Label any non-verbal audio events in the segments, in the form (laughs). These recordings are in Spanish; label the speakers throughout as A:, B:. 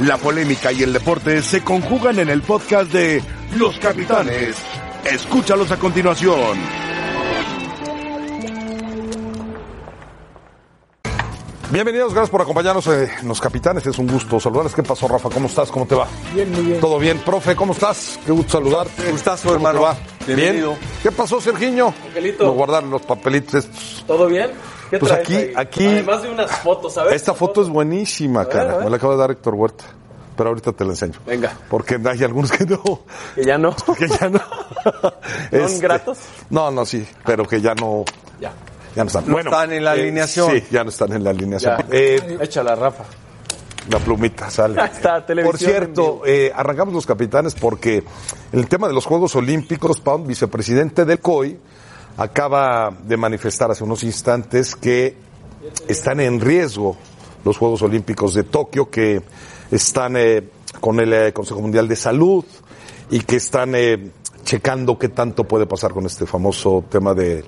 A: La polémica y el deporte se conjugan en el podcast de Los Capitanes. Escúchalos a continuación.
B: Bienvenidos, gracias por acompañarnos eh, en Los Capitanes. Es un gusto saludarles. ¿Qué pasó, Rafa? ¿Cómo estás? ¿Cómo te va?
C: Bien, muy bien.
B: ¿Todo bien? Profe, ¿cómo estás? Qué gusto saludarte.
D: Gustazo,
B: ¿Cómo te
D: hermano.
B: va?
D: Bienvenido.
B: ¿Bien? ¿Qué pasó, Sergiño?
C: Angelito.
B: Lo guardaron los papelitos estos.
C: ¿Todo bien? ¿Qué
B: Pues
C: traes
B: aquí-
C: ahí?
B: aquí-
C: Además de unas fotos, ¿sabes?
B: Esta foto es buenísima, cara.
C: a ver.
B: Me la acaba de dar Héctor Huerta. Pero ahorita te la enseño.
C: Venga.
B: Porque hay algunos que no.
C: Que ya no.
B: (laughs) Que ya no. Este,
C: gratos?
B: No, no, sí. Pero que ya no.
C: Ya.
B: Ya no están. eh,
D: No están en la alineación.
B: Sí, ya no están en la alineación.
C: Ya.
B: Eh,
C: Échala, Rafa.
B: la
C: (laughs)
B: plumita sale.
C: Ahí está, televisión
B: Por
C: en vivo.
B: cierto, eh, arrancamos los capitanes porque el tema de los Juegos Olímpicos, Pound, vicepresidente del COI, acaba de manifestar hace unos instantes que están en riesgo los Juegos Olímpicos de Tokio, que están eh, con el eh, Consejo Mundial de Salud y que están eh, checando qué tanto puede pasar con este famoso tema de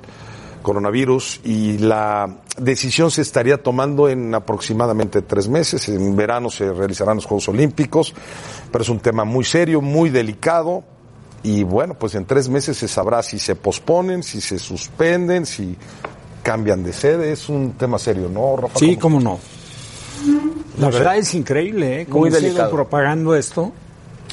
B: coronavirus y la decisión se estaría tomando en aproximadamente tres meses. En verano se realizarán los Juegos Olímpicos, pero es un tema muy serio, muy delicado y bueno, pues en tres meses se sabrá si se posponen, si se suspenden, si cambian de sede. Es un tema serio, ¿no, Rafa?
E: Sí,
B: ¿Cómo?
E: cómo no. La verdad es increíble, ¿eh? Cómo
C: Muy
E: se ha ido
C: delicado.
E: propagando esto.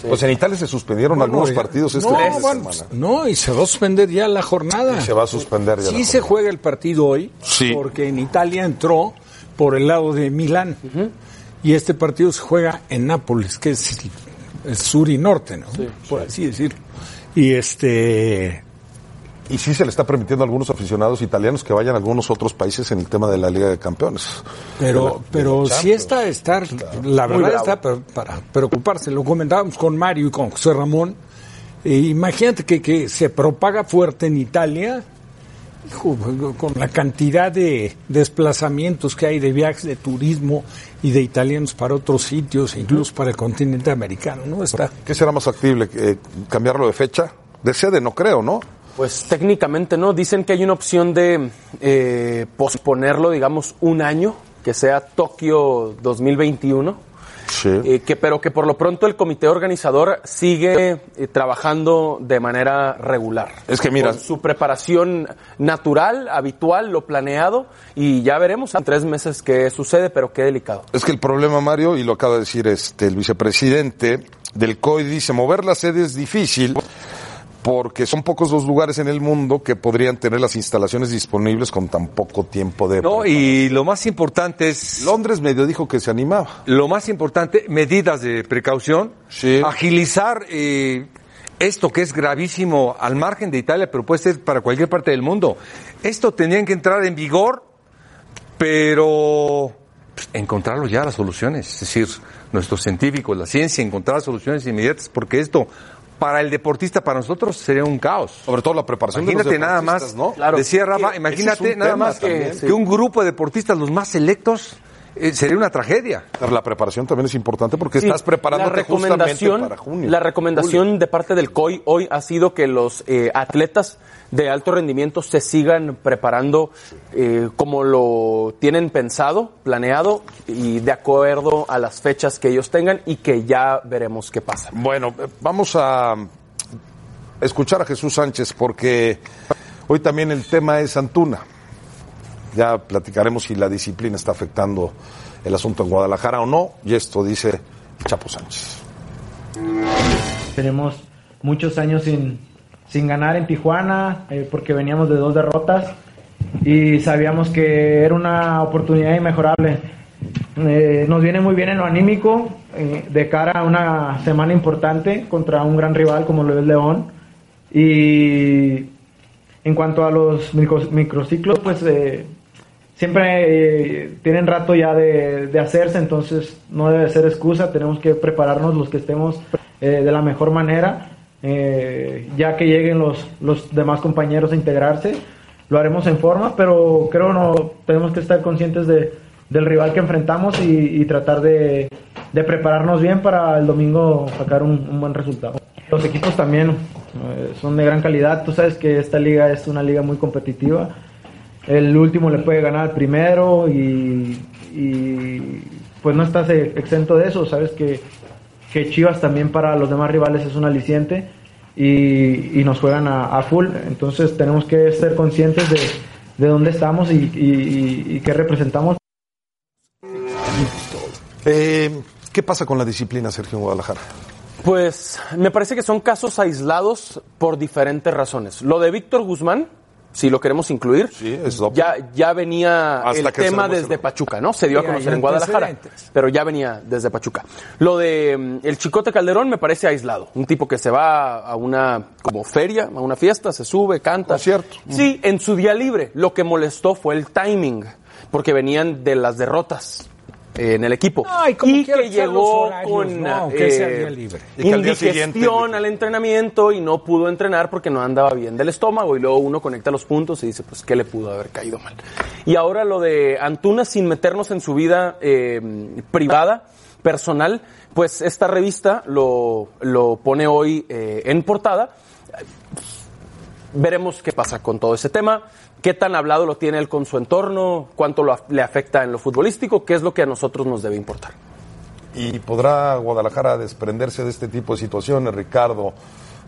B: Pues en Italia se suspendieron algunos
E: Bueno, ya-
B: partidos este
E: no,
B: fin de
E: bueno, pues,
B: semana.
E: no, y se va a suspender ya la jornada.
B: Y se va a suspender ya. la
E: Sí se juega el partido hoy,
B: Sí.
E: porque en Italia entró por el lado de Milán. Y este partido se juega en Nápoles, que es el sur y norte, ¿no? por así decirlo. Y este
B: Y sí se le está permitiendo a algunos aficionados italianos que vayan a algunos otros países en el tema de la Liga de Campeones. De la-
E: Pero,
B: de
E: pero
B: la
E: sí
B: Champions.
E: está, estar, la
B: Muy
E: verdad
B: bravo.
E: está per- para preocuparse. Lo comentábamos con Mario y con José Ramón. E imagínate que, que se propaga fuerte en Italia, hijo, con la cantidad de desplazamientos que hay de viajes, de turismo y de italianos para otros sitios, incluso para el continente americano, ¿no? Está.
B: ¿Qué será más factible? eh, ¿Cambiarlo de fecha? De sede, no creo, ¿no?
F: Pues técnicamente no, dicen que hay una opción de eh, posponerlo, digamos, un año, que sea Tokio 2021,
B: Sí.
F: eh, que, pero que por lo pronto el comité organizador sigue eh, trabajando de manera regular.
B: Es que mira-
F: Con su preparación natural, habitual, lo planeado, y ya veremos en tres meses qué sucede, pero qué delicado.
B: Es que el problema, Mario, y lo acaba de decir este, el vicepresidente del COI, dice, mover la sede es difícil porque son pocos los lugares en el mundo que podrían tener las instalaciones disponibles con tan poco tiempo de...
D: No, y lo más importante es
B: Londres medio dijo que se animaba.
D: lo más importante, medidas de precaución,
B: Sí.
D: agilizar eh, esto que es gravísimo al margen de Italia, pero puede ser para cualquier parte del mundo. Esto tendrían que entrar en vigor, pero pues, encontrarlo ya las soluciones, es decir, nuestros científicos, la ciencia, encontrar soluciones inmediatas, porque esto para el deportista, para nosotros sería un caos.
B: Sobre todo la preparación de los
D: Imagínate nada más,
B: deportistas, ¿no?
F: Claro.
D: decía Rafa,
B: Ese es
D: imagínate
B: un
D: nada
B: tema
D: más que,
B: también.
D: que un grupo de deportistas, los más selectos, eh, sería una tragedia.
B: Pero la preparación también es importante porque
F: Sí,
B: estás
F: la
B: preparándote justamente
F: recomendación-
B: para junio.
F: La recomendación de parte del COI hoy ha sido que los eh, atletas de alto rendimiento se sigan preparando eh, como lo tienen pensado, planeado y de acuerdo a las fechas que ellos tengan y que ya veremos qué pasa.
B: Bueno, eh, vamos a escuchar a Jesús Sánchez porque hoy también el tema es Antuna. Ya platicaremos si la disciplina está afectando el asunto en Guadalajara o no. Y esto dice Chapo Sánchez.
G: Tenemos muchos años sin, sin ganar en Tijuana eh, porque veníamos de dos derrotas y sabíamos que era una oportunidad inmejorable. Eh, nos viene muy bien en lo anímico eh, de cara a una semana importante contra un gran rival como lo es León. Y en cuanto a los micro- microciclos, pues eh, siempre eh, tienen rato ya de, de hacerse, entonces no debe ser excusa, tenemos que prepararnos los que estemos eh, de la mejor manera, eh, ya que lleguen los, los demás compañeros a integrarse, lo haremos en forma, pero creo no tenemos que estar conscientes de, del rival que enfrentamos y, y tratar de, de prepararnos bien para el domingo sacar un- un buen resultado. Los equipos también eh, son de gran calidad, tú sabes que esta liga es una liga muy competitiva el último le puede ganar al primero y, y pues no estás eh, exento de eso. Sabes que, que Chivas también para los demás rivales es un aliciente y, y nos juegan a, a full. Entonces tenemos que ser conscientes de, de dónde estamos y, y- y- y qué representamos.
B: Eh, ¿Qué pasa con la disciplina, Sergio, en Guadalajara?
F: Pues me parece que son casos aislados por diferentes razones. Lo de Víctor Guzmán, si lo queremos incluir,
B: Sí, es doble.
F: ya, ya venía
B: Hasta
F: el
B: que se
F: tema
B: demuestre
F: desde
B: lo-
F: Pachuca, ¿no? Se dio
E: Sí,
F: a conocer
E: hay
F: en Guadalajara,
E: antecedentes.
F: pero ya venía desde Pachuca. Lo de mm, el Chicote Calderón me parece aislado. Un tipo que se va a una como feria, a una fiesta, se sube, canta.
B: Concierto.
F: Sí, en su día libre. Lo que molestó fue el timing, porque venían de las derrotas eh, en el equipo
E: Ay, como
F: y
E: quiera
F: que
E: que sean los
F: llegó
E: horarios,
F: con
E: ¿no? Aunque sea día libre.
B: Y ah, eh, que al día siguiente-
F: indigestión al entrenamiento y no pudo entrenar porque no andaba bien del estómago y luego uno conecta los puntos y dice pues qué le pudo haber caído mal y ahora lo de Antuna sin meternos en su vida eh, privada personal pues esta revista lo, lo pone hoy eh, en portada veremos qué pasa con todo ese tema, qué tan hablado lo tiene él con su entorno, cuánto lo af- le afecta en lo futbolístico, qué es lo que a nosotros nos debe importar.
B: ¿Y podrá Guadalajara desprenderse de este tipo de situaciones? Ricardo,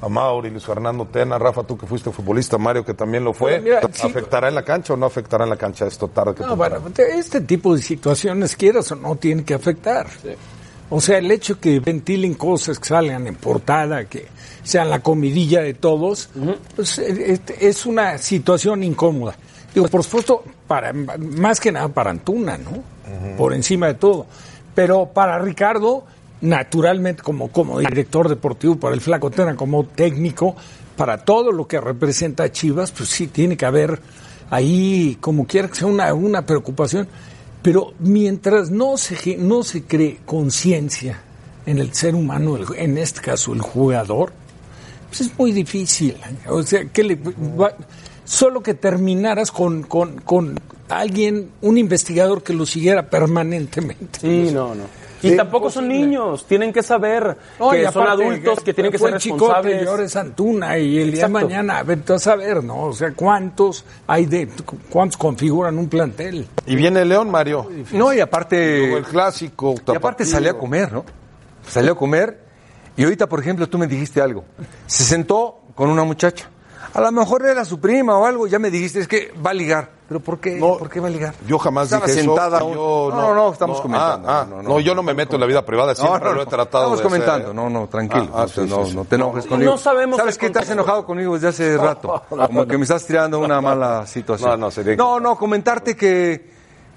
B: Amauri, Luis Fernando Tena, Rafa, tú que fuiste futbolista, Mario, que también lo fue.
E: Pero mira, sí.
B: ¿Afectará en la cancha o no afectará en la cancha esto tarde que
E: No,
B: temprano?
E: bueno, te- este tipo de situaciones, quieras o no, tienen que afectar. O sea, el hecho que ventilen cosas que salgan en portada, que sean la comidilla de todos, pues, eh, este, es una situación incómoda. Digo, por supuesto, para, más que nada para Antuna, ¿no? Por encima de todo. Pero para Ricardo, naturalmente, como, como director deportivo, para el Flaco Tena, como técnico, para todo lo que representa a Chivas, pues sí, tiene que haber ahí, como quiera que sea, una, una preocupación. Pero mientras no se, ge- no se cree conciencia en el ser humano, el- en este caso el jugador, pues es muy difícil. O sea, que le, va- solo que terminaras con, con, con alguien, un investigador que lo siguiera permanentemente.
F: Sí, no, no. Y
E: Sí,
F: tampoco son
E: imposible.
F: niños, tienen que saber
E: No, y
F: que son
E: aparte,
F: adultos, que tienen que ser
E: fue Chicote,
F: responsables.
E: y ahora es Antuna y el día de
F: Exacto.
E: mañana, a ver, tú vas a ver, ¿no? O sea, ¿cuántos hay de, cuántos configuran un plantel?
B: Y viene León, Mario.
D: No, y
B: Luego
D: aparte.
B: el clásico.
D: Y aparte salió a comer, ¿no? Salió a comer y ahorita, por ejemplo, tú me dijiste algo. Se sentó con una muchacha. A lo mejor era su prima o algo, ya me dijiste, es que va a ligar. ¿Pero por qué?
B: No,
D: ¿Por qué va a ligar?
B: Yo jamás
D: Estaba
B: dije
D: sentada
B: eso.
D: aún. no,
B: yo
D: no, no, estamos
B: ah,
D: comentando.
B: ah, no, yo no me meto en la vida privada, siempre
D: no,
B: lo he
D: no.
B: tratado
D: Estamos
B: de
D: comentando.
B: hacer.
D: No, no, tranquilo.
B: Ah, ah,
D: O sea,
B: sí,
D: no,
B: sí, sí.
D: no te enojes conmigo.
F: No sabemos
D: ¿Sabes
F: el
D: que te has
F: contexto.
D: enojado conmigo desde hace rato? Como que me estás tirando una mala situación.
B: No, no, sería-
D: No, no, comentarte que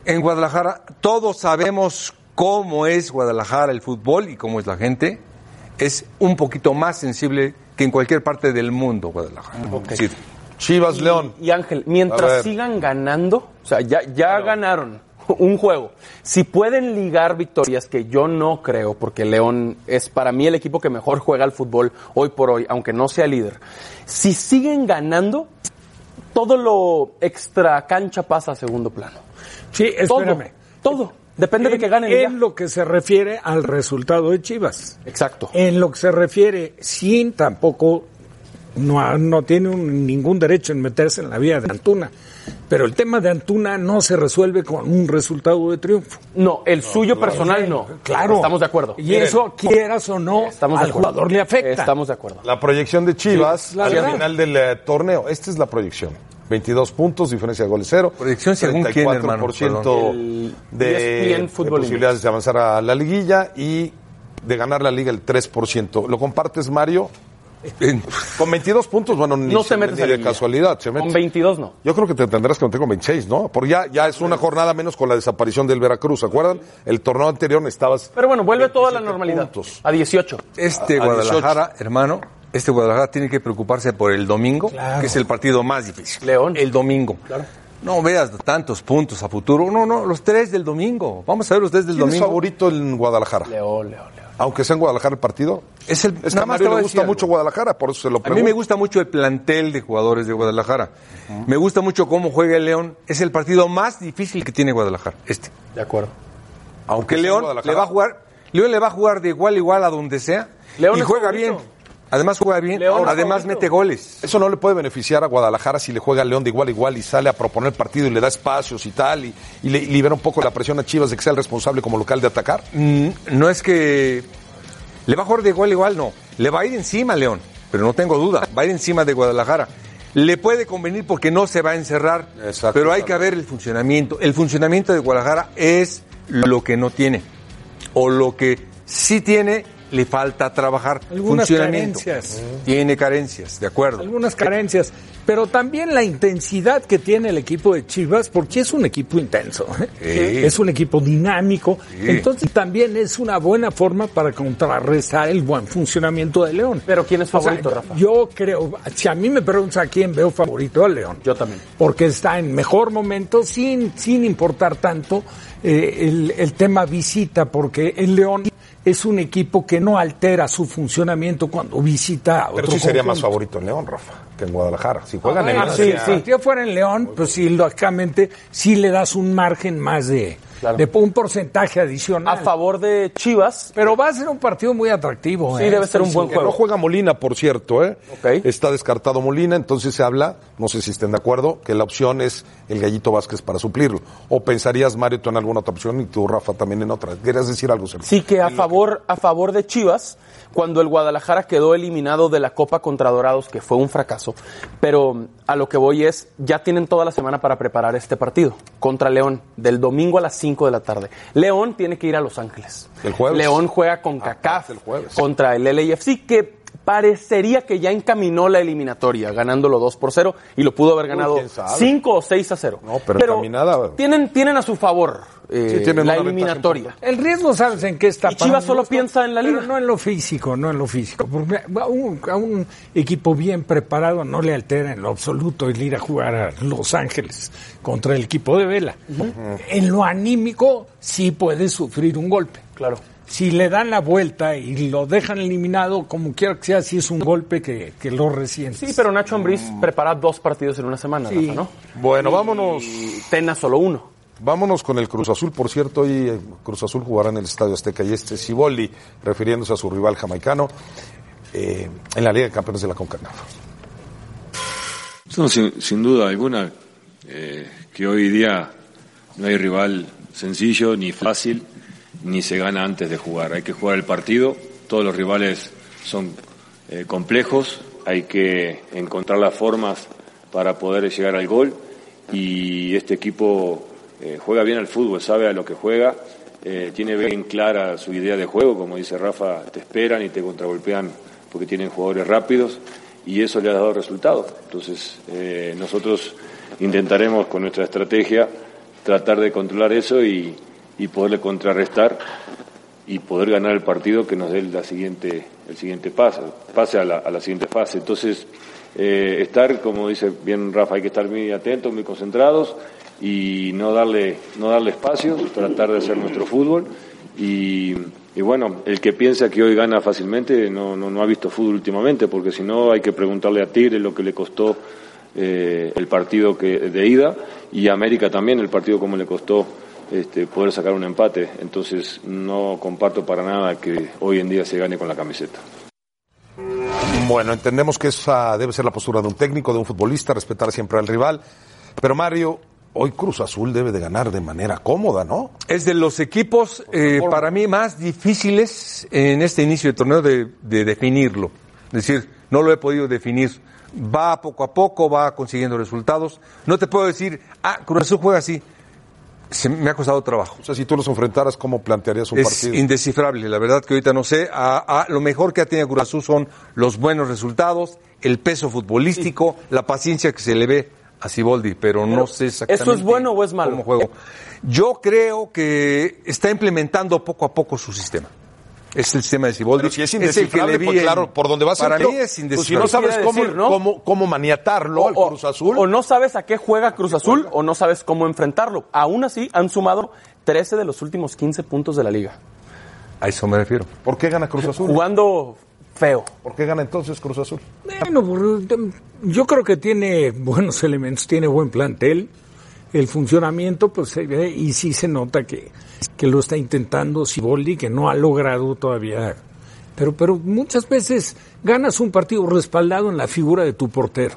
D: en Guadalajara todos sabemos cómo es Guadalajara el fútbol y cómo es la gente. Es un poquito más sensible que en cualquier parte del mundo Guadalajara. Sí.
B: Chivas León.
F: Y Ángel,
B: A ver.
F: mientras sigan ganando, o sea, ya, ya ganaron un juego. Si pueden ligar victorias, que yo no creo, porque León es para mí el equipo que mejor juega al fútbol hoy por hoy, aunque no sea líder. Si siguen ganando, todo lo extra cancha pasa a segundo plano.
E: Sí, espérame.
F: Todo, todo. Depende de
E: En-
F: que ganen.
E: En
F: ya.
E: lo que se refiere al resultado de Chivas.
F: Exacto.
E: En lo que se refiere, sin tampoco, no, no tiene un- ningún derecho en meterse en la vida de Antuna. Pero el tema de Antuna no se resuelve con un resultado de triunfo.
F: No, el suyo personal no.
E: Claro.
F: Estamos de acuerdo.
E: Y eso, quieras o no,
F: Estamos de
E: al
F: acuerdo.
E: jugador le afecta.
F: Estamos de acuerdo.
B: La proyección de Chivas
E: Sí, la
B: al
E: verdad.
B: final del eh, torneo. Esta es la proyección. 22 puntos, diferencia de goles cero.
D: Proyección según quién, hermano,
B: 34%
F: perdón. El E
B: de,
F: ESPN
B: de
F: Fútbol
B: posibilidades de avanzar a la liguilla y de ganar la liga el 3%. ¿Lo compartes, Mario?
D: En-
B: Con 22 puntos, bueno, ni,
F: No
B: se-
F: te metes
B: ni
F: a
B: de
F: liguilla.
B: casualidad. Se mete.
F: Con 22 no.
B: Yo creo que te tendrás que meter con 26, ¿no? Porque ya, ya es una jornada menos con la desaparición del Veracruz. ¿Se acuerdan? El torneo anterior estabas.
F: Pero bueno, vuelve toda la
B: 27
F: normalidad.
B: puntos.
F: A 18.
D: Este
B: A- a
D: Guadalajara, hermano, este Guadalajara tiene que preocuparse por el domingo,
E: Claro.
D: que es el partido más difícil.
F: León.
D: El domingo. No veas tantos puntos a futuro. No, no, los tres del domingo. Vamos a ver los tres del
B: ¿Quién es
D: domingo.
B: favorito en Guadalajara?
F: León, León, León.
B: Aunque sea en Guadalajara el partido.
D: Es el-
B: es que
D: nada más
B: a Mario
D: te voy
B: le
D: a
B: gusta
D: decir
B: mucho
D: algo.
B: Guadalajara, por eso se lo
D: A
B: pregunto.
D: mí me gusta mucho el plantel de jugadores de Guadalajara. Me gusta mucho cómo juega el León. Es el partido más difícil que tiene Guadalajara, este.
F: De acuerdo.
D: Aunque
B: sea
D: León
B: Guadalajara.
D: le va a jugar, León le va a jugar de igual a igual a donde sea
F: León
D: y
F: es
D: juega
F: favorito.
D: bien. Además juega bien,
C: León es
D: además
C: favorito.
D: mete goles.
B: Eso no le puede beneficiar a Guadalajara si le juega al León de igual a igual y sale a proponer el partido y le da espacios y tal, y, y le- y libera un poco la presión a Chivas de que sea el responsable como local de atacar.
D: Mm, No es que le va a jugar de igual a igual, no. Le va a ir encima León, pero no tengo duda, va a ir encima de Guadalajara. Le puede convenir porque no se va a encerrar,
B: Exacto.
D: pero hay que ver el funcionamiento. El funcionamiento de Guadalajara es lo que no tiene o lo que sí tiene le falta trabajar.
E: Algunas
D: funcionamiento.
E: carencias.
D: Tiene carencias, de acuerdo.
E: algunas carencias, pero también la intensidad que tiene el equipo de Chivas, porque es un equipo intenso, ¿eh?
D: Sí.
E: es un equipo dinámico,
D: Sí.
E: entonces también es una buena forma para contrarrestar el buen funcionamiento de León.
F: Pero ¿quién es
E: O sea,
F: favorito, Rafa?
E: Yo creo, si a mí me preguntas a quién veo favorito a León,
F: Yo también.
E: porque está en mejor momento sin, sin importar tanto eh, el, el tema visita, porque el León es un equipo que no altera su funcionamiento cuando visita a otro
B: Pero sí sería más
E: conjunto.
B: favorito en León, Rafa, que en Guadalajara. Si juegan
E: Ah,
B: en
E: sí,
B: Asia,
E: sí. Si yo fuera en León, pues sí, lógicamente, sí le das un margen más de, de un porcentaje
F: A
E: adicional.
F: favor de Chivas,
E: Pero va a ser un partido muy atractivo.
F: Pues, sí
E: ¿eh?
F: debe ser un buen
B: que no
F: juego.
B: juega Molina, por cierto, ¿eh?
F: Ok.
B: Está descartado Molina, entonces se habla, no sé si estén de acuerdo, que la opción es el Gallito Vázquez para suplirlo. O pensarías, Mario, tú en alguna otra opción y tú, Rafa, también en otra. ¿Querías decir algo, Sergio?
F: Sí que a favor, a favor de Chivas, cuando el Guadalajara quedó eliminado de la Copa contra Dorados, que fue un fracaso. Pero a lo que voy es, ya tienen toda la semana para preparar este partido contra León, del domingo a las 5 de la tarde. León tiene que ir a Los Ángeles.
B: El jueves. Ah,
F: León juega con CACAF
B: el jueves.
F: contra el LAFC, que parecería que ya encaminó la eliminatoria, ganándolo 2 por 0 y lo pudo haber ganado
B: quién sabe.
F: 5 o 6 a 0.
B: No, pero encaminada.
F: tienen, tienen a su favor eh,
B: Sí, tienen
F: la
B: una ventaja
F: eliminatoria.
E: El riesgo, ¿sabes en qué está?
F: Y
E: Para
F: Chivas
E: mi
F: solo
E: gusto,
F: piensa en la
E: pero
F: liga.
E: no en lo físico, no en lo físico. Porque a un, a un equipo bien preparado no le altera en lo absoluto el ir a jugar a Los Ángeles contra el equipo de Vela. En lo anímico sí puede sufrir un golpe.
F: Claro.
E: si le dan la vuelta y lo dejan eliminado, como quiera que sea, si es un golpe que, que lo resiente.
F: Sí, pero Nacho Ambriz prepara dos partidos en una semana,
E: Sí.
F: Rafa, ¿no?
B: Bueno, vámonos.
F: Y Tena solo uno.
B: Vámonos con el Cruz Azul, por cierto, hoy eh, Cruz Azul jugará en el Estadio Azteca y este Ciboli, refiriéndose a su rival jamaicano, eh, en la Liga de Campeones de la CONCACAF.
H: No, sin, sin duda alguna, eh, que hoy día no hay rival sencillo ni fácil, ni se gana antes de jugar. Hay que jugar el partido, todos los rivales son eh, complejos, hay que encontrar las formas para poder llegar al gol y este equipo eh, juega bien al fútbol, sabe a lo que juega, eh, tiene bien clara su idea de juego, como dice Rafa, te esperan y te contragolpean porque tienen jugadores rápidos y eso le ha dado resultados. Entonces, eh, nosotros intentaremos con nuestra estrategia tratar de controlar eso y, y poderle contrarrestar y poder ganar el partido que nos dé la siguiente, el siguiente paso, pase a la, a la siguiente fase. Entonces, eh, estar, como dice bien Rafa, hay que estar muy atentos, muy concentrados y no darle, no darle espacio, tratar de hacer nuestro fútbol. Y, y bueno, el que piensa que hoy gana fácilmente no, no, no ha visto fútbol últimamente, porque si no hay que preguntarle a Tigre lo que le costó eh, el partido que, de ida y a América también el partido como le costó este, poder sacar un empate. Entonces no comparto para nada que hoy en día se gane con la camiseta.
B: Bueno, entendemos que esa debe ser la postura de un técnico, de un futbolista, respetar siempre al rival, pero Mario, hoy Cruz Azul debe de ganar de manera cómoda, ¿no?
D: Es de los equipos eh, para mí más difíciles en este inicio de torneo de, de definirlo. Es decir, no lo he podido definir. Va poco a poco, va consiguiendo resultados. No te puedo decir, ah, Cruz Azul juega así. Se me ha costado trabajo.
B: O sea, si tú los enfrentaras, ¿cómo plantearías un
D: es
B: partido?
D: indescifrable, la verdad que ahorita no sé. A- a- lo mejor que ha tenido Cruz Azul son los buenos resultados, el peso futbolístico, la paciencia que se le ve a Siboldi, pero, no sé exactamente.
F: ¿eso es bueno o es malo?
D: cómo juego. Yo creo que está implementando poco a poco su sistema. Es el sistema de Siboldi.
B: Pero si es indescifrable,
D: le vi
B: pues
D: en-
B: claro, por donde vas
D: Para
B: entró.
D: mí es
B: Pues si
D: indescifrable.
B: no sabes
F: Quiere
B: cómo,
F: decir, ¿no?
B: cómo, cómo maniatarlo al Cruz Azul.
F: o no sabes a qué juega Cruz Azul o no sabes cómo enfrentarlo. Aún así, han sumado 13 de los últimos 15 puntos de la liga.
D: A eso me refiero.
B: ¿Por qué gana Cruz Azul?
F: Jugando feo.
B: ¿Por qué gana entonces Cruz Azul?
E: Bueno, por- tem- yo creo que tiene buenos (laughs) elementos, tiene buen plantel. El funcionamiento, pues se ve y sí se nota que, que lo está intentando Siboldi, que no ha logrado todavía Pero, pero muchas veces ganas un partido respaldado en la figura de tu portero.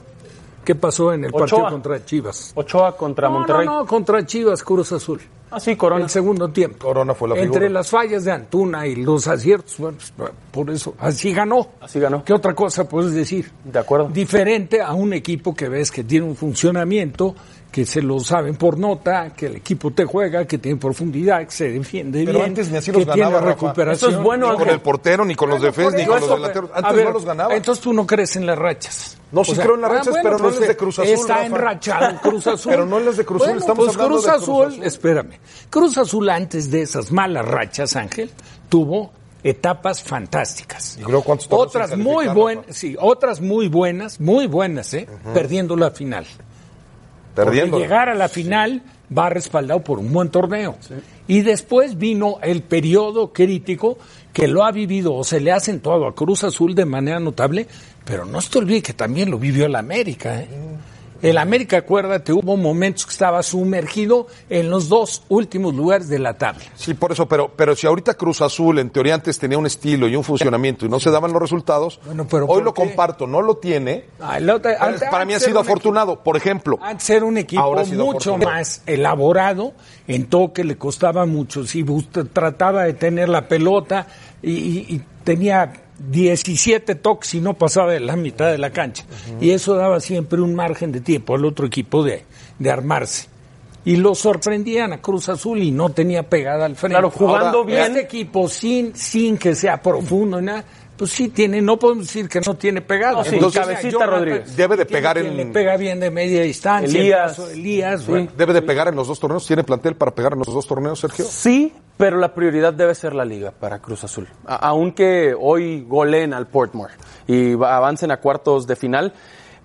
E: ¿Qué pasó en el
F: Ochoa.
E: partido contra Chivas?
F: Ochoa contra
E: No,
F: Monterrey.
E: No, no, contra Chivas, Cruz Azul.
F: Ah, sí, Corona.
E: El segundo tiempo.
B: Corona fue la
E: Entre
B: figura.
E: las fallas de Antuna y los aciertos, bueno, pues, por eso, así ganó.
F: Así ganó.
E: ¿Qué otra cosa puedes decir?
F: De acuerdo.
E: Diferente a un equipo que ves que tiene un funcionamiento, que se lo saben por nota, que el equipo te juega, que tiene profundidad, que se defiende
B: Pero
E: bien,
B: antes ni así
E: que
B: los ganaba,
E: tiene
B: Rafa.
E: recuperación.
F: Eso es bueno,
B: Ni con
F: Ángel.
B: el portero, ni con los defensas, ni con los delanteros.
E: A
B: Antes
E: ver, eh,
B: no los ganaba.
E: Entonces tú no crees en las rachas. ah,
B: No, sí creo en las rachas, pero no en las de Cruz Azul,
E: Está
B: Rafa.
E: enrachado
B: (laughs)
E: Cruz Azul.
B: Pero no en las de Cruz
E: Bueno,
B: Azul, estamos
E: pues
B: hablando
E: Cruz
B: de Cruz
E: Azul,
B: Azul.
E: espérame. Cruz Azul antes de esas malas rachas, Ángel, tuvo etapas fantásticas.
B: Y creo cuántos torneos
E: otras
B: sin
E: muy
B: calificar,
E: buenas,
B: Rafa.
E: sí, otras muy buenas, muy buenas, ¿eh? Perdiendo la final.
B: Perdiendo.
E: Porque llegar a la final va respaldado por un buen torneo. Y después vino el periodo crítico que lo ha vivido o se le ha acentuado a Cruz Azul de manera notable, pero no se te olvide que también lo vivió el América. ¿eh? El América, acuérdate, hubo momentos que estaba sumergido en los dos últimos lugares de la tabla.
B: Sí, por eso, pero, pero si ahorita Cruz Azul en teoría antes tenía un estilo y un funcionamiento y no se daban los resultados,
E: Bueno, pero
B: hoy
E: ¿por
B: lo
E: qué?
B: comparto, no lo tiene.
E: Ah, el otro-
B: Para-
E: antes-
B: Para mí ha
E: antes era
B: sido
E: un equipo-
B: afortunado. Por ejemplo,
E: Antes era un equipo
B: Ahora ha sido
E: mucho
B: afortunado.
E: más elaborado, en toque le costaba mucho, si bus- trataba de tener la pelota y, y- y tenía 17 toques y no pasaba de la mitad de la cancha. Y eso daba siempre un margen de tiempo al otro equipo de, de armarse. Y lo sorprendían a Cruz Azul y no tenía pegada al frente.
F: Claro, jugando
E: Ahora,
F: bien.
E: Este equipo sin, sin que sea profundo ni nada, pues sí tiene, no podemos decir que no tiene pegada.
F: No, sí,
E: Entonces,
F: cabecita,
E: Jonathan
F: Rodríguez.
B: Debe de
E: tiene
B: pegar
E: quien
B: en-
E: le pega bien de media distancia. el
F: Elías.
E: caso de Elías.
F: Sí.
E: bueno.
B: debe de pegar en los dos torneos. ¿Tiene plantel para pegar en los dos torneos, Sergio?
F: Sí, pero la prioridad debe ser la liga para Cruz Azul. A- aunque hoy goleen al Portmore y va- avancen a cuartos de final,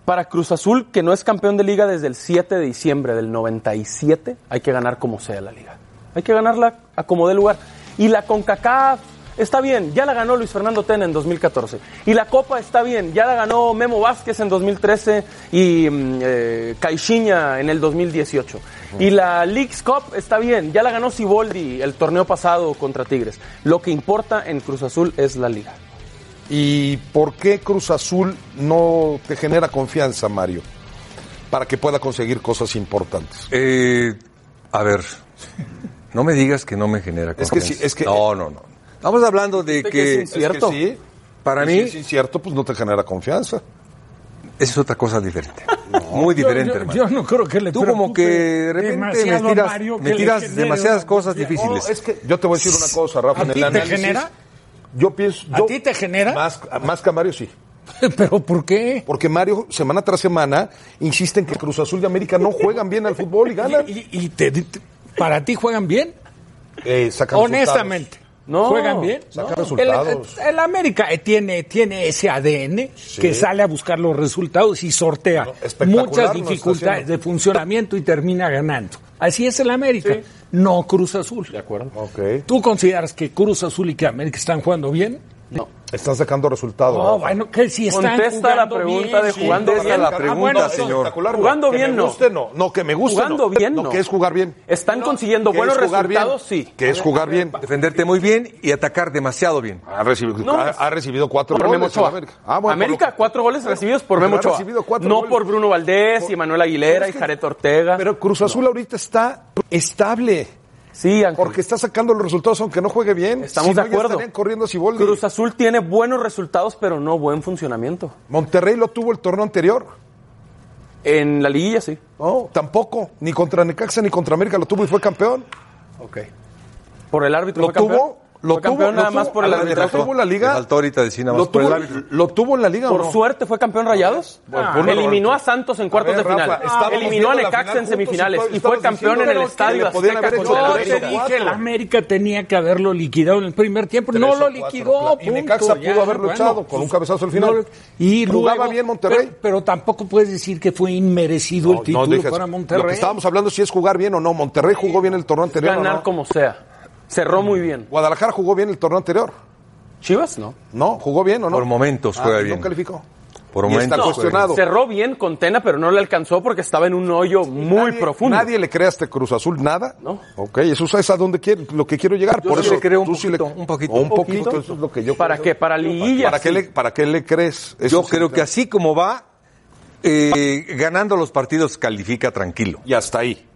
F: para Cruz Azul, que no es campeón de liga desde el 7 de diciembre del 97, hay que ganar como sea la liga. Hay que ganarla a como dé lugar. Y la CONCACAF está bien, ya la ganó Luis Fernando Ten en 2014. Y la Copa está bien, ya la ganó Memo Vázquez en 2013 y mm, eh, Caixinha en el 2018. Y la Leagues Cup está bien, ya la ganó Siboldi el torneo pasado contra Tigres. Lo que importa en Cruz Azul es la liga.
B: ¿Y por qué Cruz Azul no te genera confianza, Mario? Para que pueda conseguir cosas importantes.
D: Eh, a ver, no me digas que no me genera
B: Es
D: confianza.
B: que sí, es que-
D: No, no, no. Estamos hablando de
F: que es
D: que
F: sincero. ¿Cierto?
B: Es que sí.
D: Para
B: Y
D: mí-
B: Si es cierto, pues no te genera confianza.
D: es otra cosa
B: (laughs)
D: diferente. Muy
E: Yo-
D: diferente,
E: yo,
D: hermano.
E: yo no creo que le
D: Tú como
E: preocupe
D: que de repente me
E: demasiado a
D: tiras,
E: Mario
D: me
E: que le
D: tiras
E: genere
D: demasiadas
E: una
D: cosas
E: confianza.
D: difíciles.
B: No, oh, es que yo te voy a decir una cosa, Rafa.
E: ¿A
B: en el
E: ti te
B: análisis,
E: genera?
B: Yo pienso.
E: ¿A
B: yo-
E: ti te genera?
B: Más, más que a Mario, sí.
E: (laughs) ¿Pero por qué?
B: Porque Mario, semana tras semana, insiste en que Cruz Azul y América no juegan bien al fútbol y ganan.
E: (laughs) ¿Y, y te- te- para ti juegan bien?
B: Eh, sacan
E: Honestamente.
F: No.
E: ¿Juegan bien?
B: Saca
E: No.
B: resultados.
E: El, el América eh, tiene, tiene ese ADN que sale a buscar los resultados y sortea
B: espectacular
E: muchas
B: lo está
E: dificultades
B: haciendo.
E: de funcionamiento y termina ganando. Así es el América, no Cruz Azul. De acuerdo.
B: resultados. Ok.
E: ¿Tú consideras que Cruz Azul y que América están jugando bien?
B: Están sacando resultados.
E: No,
B: Rafa.
E: bueno, que si están
F: Contesta la pregunta de jugando
D: Contesta
F: bien.
D: la
F: cabrón.
D: pregunta,
E: bueno,
B: Eso es
D: señor.
B: espectacular, no.
F: Jugando
B: Que
F: bien,
B: me
F: no.
B: guste, no. No, que me guste,
F: Jugando
B: no.
F: bien, no.
B: que es jugar bien.
F: Están consiguiendo
B: Que es
F: buenos
B: jugar bien.
F: resultados, sí.
B: Que es jugar bien.
D: Defenderte muy bien y atacar demasiado bien.
B: Ha recibido,
F: No,
B: ha,
F: es-
B: ha recibido cuatro
F: Por
B: goles.
F: Memo Ochoa.
B: en América, Ah, bueno,
F: América,
B: por lo-
F: cuatro goles recibidos por
B: Pero
F: Memo
B: ha
F: Ochoa.
B: recibido cuatro
F: No
B: goles.
F: por Bruno Valdés y Manuel Aguilera
B: Pero es que-
F: y Jared Ortega.
B: Pero Cruz Azul ahorita está estable.
F: sí, Ángel.
B: Porque está sacando los resultados aunque no juegue bien.
F: Estamos
B: Si
F: de
B: no, ya
F: acuerdo.
B: estarían corriendo a Siboldi.
F: Cruz Azul tiene buenos resultados, pero no buen funcionamiento.
B: Monterrey lo tuvo el torneo anterior.
F: En la liguilla, sí.
B: No, tampoco. Ni contra Necaxa ni contra América lo tuvo y fue campeón.
F: Ok. Por el árbitro
B: Lo
F: fue campeón.
B: tuvo, lo
F: Fue
B: tuvo,
F: campeón
B: lo
F: nada
B: tuvo-
F: más por
B: a
F: el
B: ver,
F: árbitro.
B: ¿Lo tuvo la liga?
D: Me faltó ahorita decir nada más
B: ¿Lo
D: por el
B: tuvo-
D: árbitro.
B: ¿Lo tuvo en la liga o
F: Por
B: no?
F: suerte fue campeón Rayados.
E: Ah.
B: Bueno, fue un error.
F: Eliminó a Santos en cuartos
B: A ver,
F: de final.
B: Rafa, estábamos
F: Eliminó a
B: viendo la
F: Necaxa
B: final
F: en
B: juntos y
F: semifinales.
B: todavía
F: Y fue
B: estabas
F: campeón en
B: diciendo
F: el
B: que le
F: estadio
B: podían
F: Azteca
B: haber
F: contra
B: hecho
E: Yo
F: el
B: tres
E: te
B: o
F: América.
E: dije,
B: cuatro.
E: el América tenía que haberlo liquidado en el primer tiempo.
B: Tres
E: no
B: o
E: lo
B: cuatro,
E: liquidó.
B: claro. Y
E: punto,
B: Necaxa
E: ya,
B: pudo haberlo
E: bueno, pues,
B: echado con un cabezazo al final.
E: y
B: Jugaba
E: luego-
B: bien Monterrey.
E: Pero, pero tampoco puedes decir que fue inmerecido el título
B: dejes.
E: para
B: Lo que
E: Monterrey.
B: estábamos hablando es si es jugar bien o no. Monterrey jugó bien el torneo anterior. o
F: Ganar
B: no.
F: como sea. Cerró muy bien.
B: Guadalajara jugó bien el torneo anterior.
F: ¿Chivas? No.
B: No, jugó bien o no.
D: Por momentos juega
B: Ah,
D: bien.
B: No calificó. Por
F: Y
B: está
F: no,
B: cuestionado.
F: Cerró bien con Tena, pero no le alcanzó porque estaba en un hoyo muy
B: Nadie-
F: profundo.
B: Nadie le crea a este Cruz Azul nada.
F: No.
B: Ok, eso es a donde quiero, lo que quiero llegar.
D: Yo
B: Por
D: sí
B: eso
D: le creo un
B: tú sí le-
D: poquito, un poquito.
B: O un
D: Un
B: poquito,
D: poquito.
B: eso es lo que yo
F: ¿Para
B: creo.
F: qué? Para liguillas.
B: ¿Para qué le, para qué le crees?
D: Yo
B: Eso sí
D: creo
B: te-
D: que así como va, eh, ganando los partidos califica tranquilo.
B: Y hasta ahí.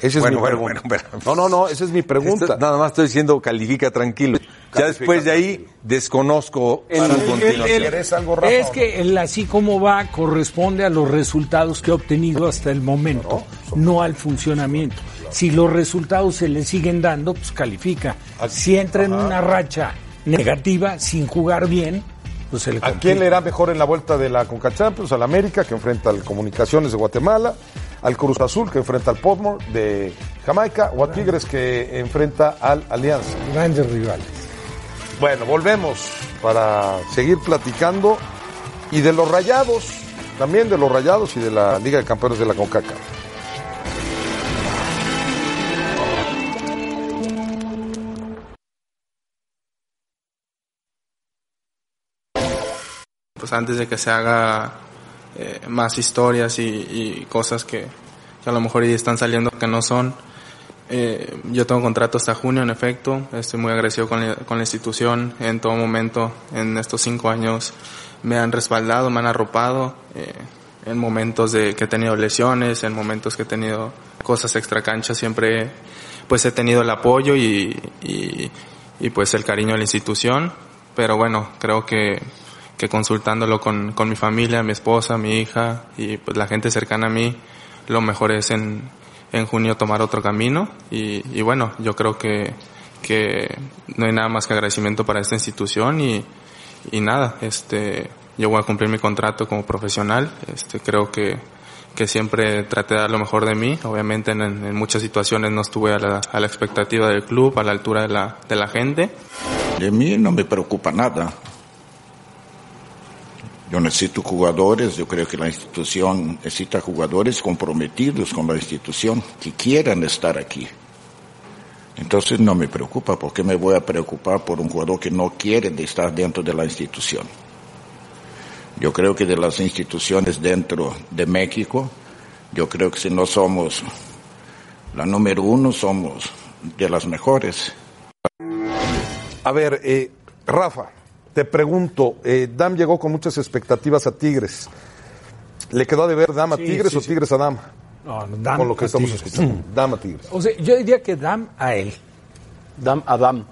B: Esa es
D: Bueno,
B: mi
D: bueno,
B: pregunta.
D: bueno, bueno.
B: No, no, no, esa pues. es mi pregunta.
D: Esto- nada más estoy diciendo califica tranquilo. ya
B: Califica
D: después de ahí desconozco su continuación.
B: ¿Quieres algo, Rafa,
E: Es
B: o no?
E: que el así como va corresponde a los resultados que ha obtenido hasta el momento, no al funcionamiento. Si los resultados se le siguen dando, pues califica. Si entra en una racha negativa sin jugar bien, pues se le
B: ¿A
E: complica.
B: quién le irá mejor en la vuelta de la Conca Champions? Al América, que enfrenta al Comunicaciones de Guatemala, al Cruz Azul, que enfrenta al Portmore de Jamaica, o a Tigres, que enfrenta al Alianza.
E: Grandes rivales.
B: Bueno, volvemos para seguir platicando y de los rayados, también de los rayados y de la Liga de Campeones de la CONCACAF.
I: pues antes de que se haga eh, más historias y, y cosas que, que a lo mejor ya están saliendo que no son. Eh, yo tengo contrato hasta junio, en efecto. Estoy muy agradecido con la, con la institución. En todo momento, en estos cinco años, me han respaldado, me han arropado. eh, en momentos de que he tenido lesiones, en momentos que he tenido cosas extracanchas, siempre pues he tenido el apoyo y, y, y, pues el cariño de la institución. Pero bueno, creo que, que consultándolo con, con mi familia, mi esposa, mi hija y pues la gente cercana a mí, lo mejor es en, en junio tomar otro camino y, y bueno, yo creo que, que no hay nada más que agradecimiento para esta institución y, y nada, este, yo voy a cumplir mi contrato como profesional, este, creo que, que siempre traté de dar lo mejor de mí, obviamente en, en muchas situaciones no estuve a la, a la expectativa del club, a la altura de la, de la gente,
J: De mí no me preocupa nada. Yo necesito jugadores, yo creo que la institución necesita jugadores comprometidos con la institución que quieran estar aquí. Entonces no me preocupa, porque me voy a preocupar por un jugador que no quiere de estar dentro de la institución. Yo creo que de las instituciones dentro de México, yo creo que si no somos la número uno, somos de las mejores.
B: A ver, eh, Rafa, te pregunto, eh, Dam llegó con muchas expectativas a Tigres. ¿Le quedó de ver Dam a
E: Sí,
B: Tigres
E: sí,
B: o
E: sí.
B: Tigres a Dam?
E: No, no, Dan
B: Con lo
E: a
B: que estamos
E: Tigres. (clears throat)
B: escuchando. Dam a Tigres.
E: O sea, yo diría que Dam a él.
F: Dam, Adam.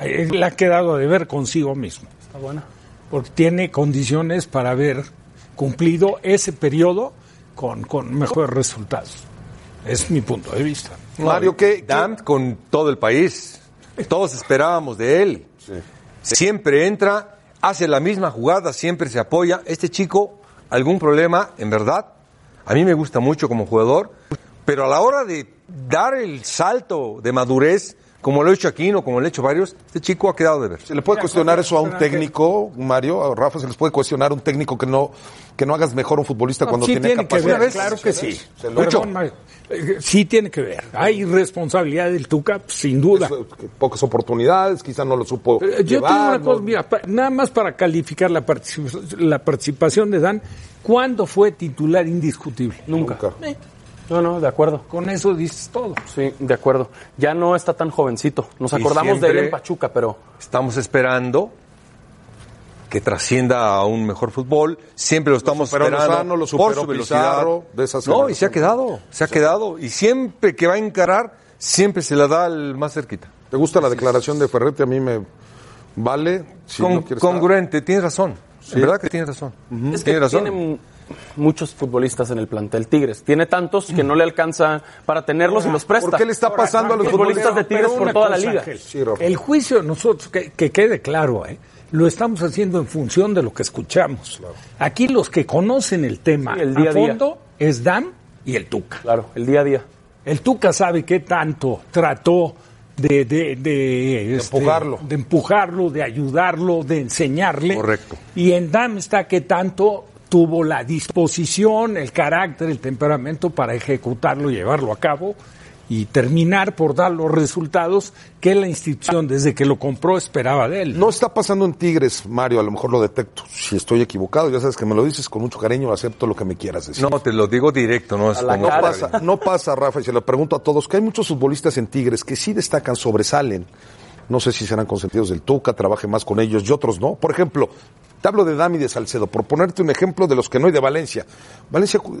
E: Eh, Le ha quedado de ver consigo mismo.
F: Está buena.
E: porque tiene condiciones para haber cumplido ese periodo con, con mejores resultados. Es mi punto de vista.
B: Mario, ¿qué-
D: Dan con todo el país. Todos esperábamos de él. Siempre entra, hace la misma jugada, siempre se apoya. Este chico, algún problema, en verdad, a mí me gusta mucho como jugador, pero a la hora de dar el salto de madurez, como lo he hecho Aquino, como lo he hecho varios, este chico ha quedado de ver.
B: ¿Se le puede cuestionar eso a un técnico, Mario? A Rafa, ¿se les puede cuestionar a un técnico que no, que no hagas mejor a un futbolista cuando
E: sí
B: tiene, capacidad?
E: que ver, claro que sí.
B: Se lo-
E: Perdón, Mario. Eh, Sí tiene que ver. Hay responsabilidad del Tuca, sin duda.
B: Eso, eh, que pocas oportunidades, quizá no lo supo.
E: Pero Yo
B: llevar,
E: tengo una
B: no-
E: cosa, mira, pa- nada más para calificar la, particip- la participación de Dan, ¿cuándo fue titular indiscutible?
F: Nunca.
B: Nunca.
F: No, no, de acuerdo.
E: Con eso dices todo.
F: Sí, de acuerdo. Ya no está tan jovencito. Nos
D: Y
F: acordamos de él
D: siempre-
F: en Pachuca, pero
D: Estamos esperando que trascienda a un mejor fútbol. Siempre lo estamos
B: superó
D: esperando
B: Lozano, lo
D: por
B: superó
D: su velocidad.
B: Pizarro, de esas
D: no, y se ha quedado,
B: generaciones.
D: se ha quedado. Y siempre que va a encarar, siempre se la da al más cerquita.
B: ¿Te gusta la declaración de Ferrete? A mí me vale. Si
D: Con-
B: no quieres
D: congruente, tienes razón. En verdad que tienes razón.
F: es que
D: Tienes razón.
F: tiene m- muchos futbolistas en el plantel Tigres. Tiene tantos que no le alcanza para tenerlos y los
B: estar.
F: presta.
B: ¿Por qué le está
E: Ahora,
B: pasando a los
E: Ángel,
B: futbolistas
F: futbolistas
B: de
F: de Tigres
E: pero
F: por
E: una
F: toda la
E: cosa,
F: liga.
E: Ángel,
B: Sí, Rafa.
E: el juicio de nosotros, que, que quede claro, ¿eh? lo estamos haciendo en función de lo que escuchamos. Aquí los que conocen el tema
F: Sí, el día
E: a
F: a día.
E: fondo es Dan y el Tuca.
F: Claro, el día a día.
E: El Tuca sabe qué tanto trató de, de- de, este,
B: empujarlo.
E: de empujarlo, de ayudarlo, de enseñarle.
D: Correcto.
E: Y en Dam está que tanto tuvo la disposición, el carácter, el temperamento para ejecutarlo, llevarlo a cabo. y terminar por dar los resultados que la institución desde que lo compró esperaba de él.
B: No está pasando en Tigres, Mario, a lo mejor lo detecto. Si estoy equivocado, ya sabes que me lo dices con mucho cariño, acepto lo que me quieras decir.
D: No, te lo digo directo, no es
C: A la
D: como-
B: No
C: cara.
B: pasa, no pasa, Rafa, y se lo pregunto a todos, que hay muchos futbolistas en Tigres que sí destacan, sobresalen. No sé si serán consentidos del Tuca, trabaje más con ellos y otros no. Por ejemplo, te hablo de Dami de Salcedo, por ponerte un ejemplo de los que no hay de Valencia. Valencia cu-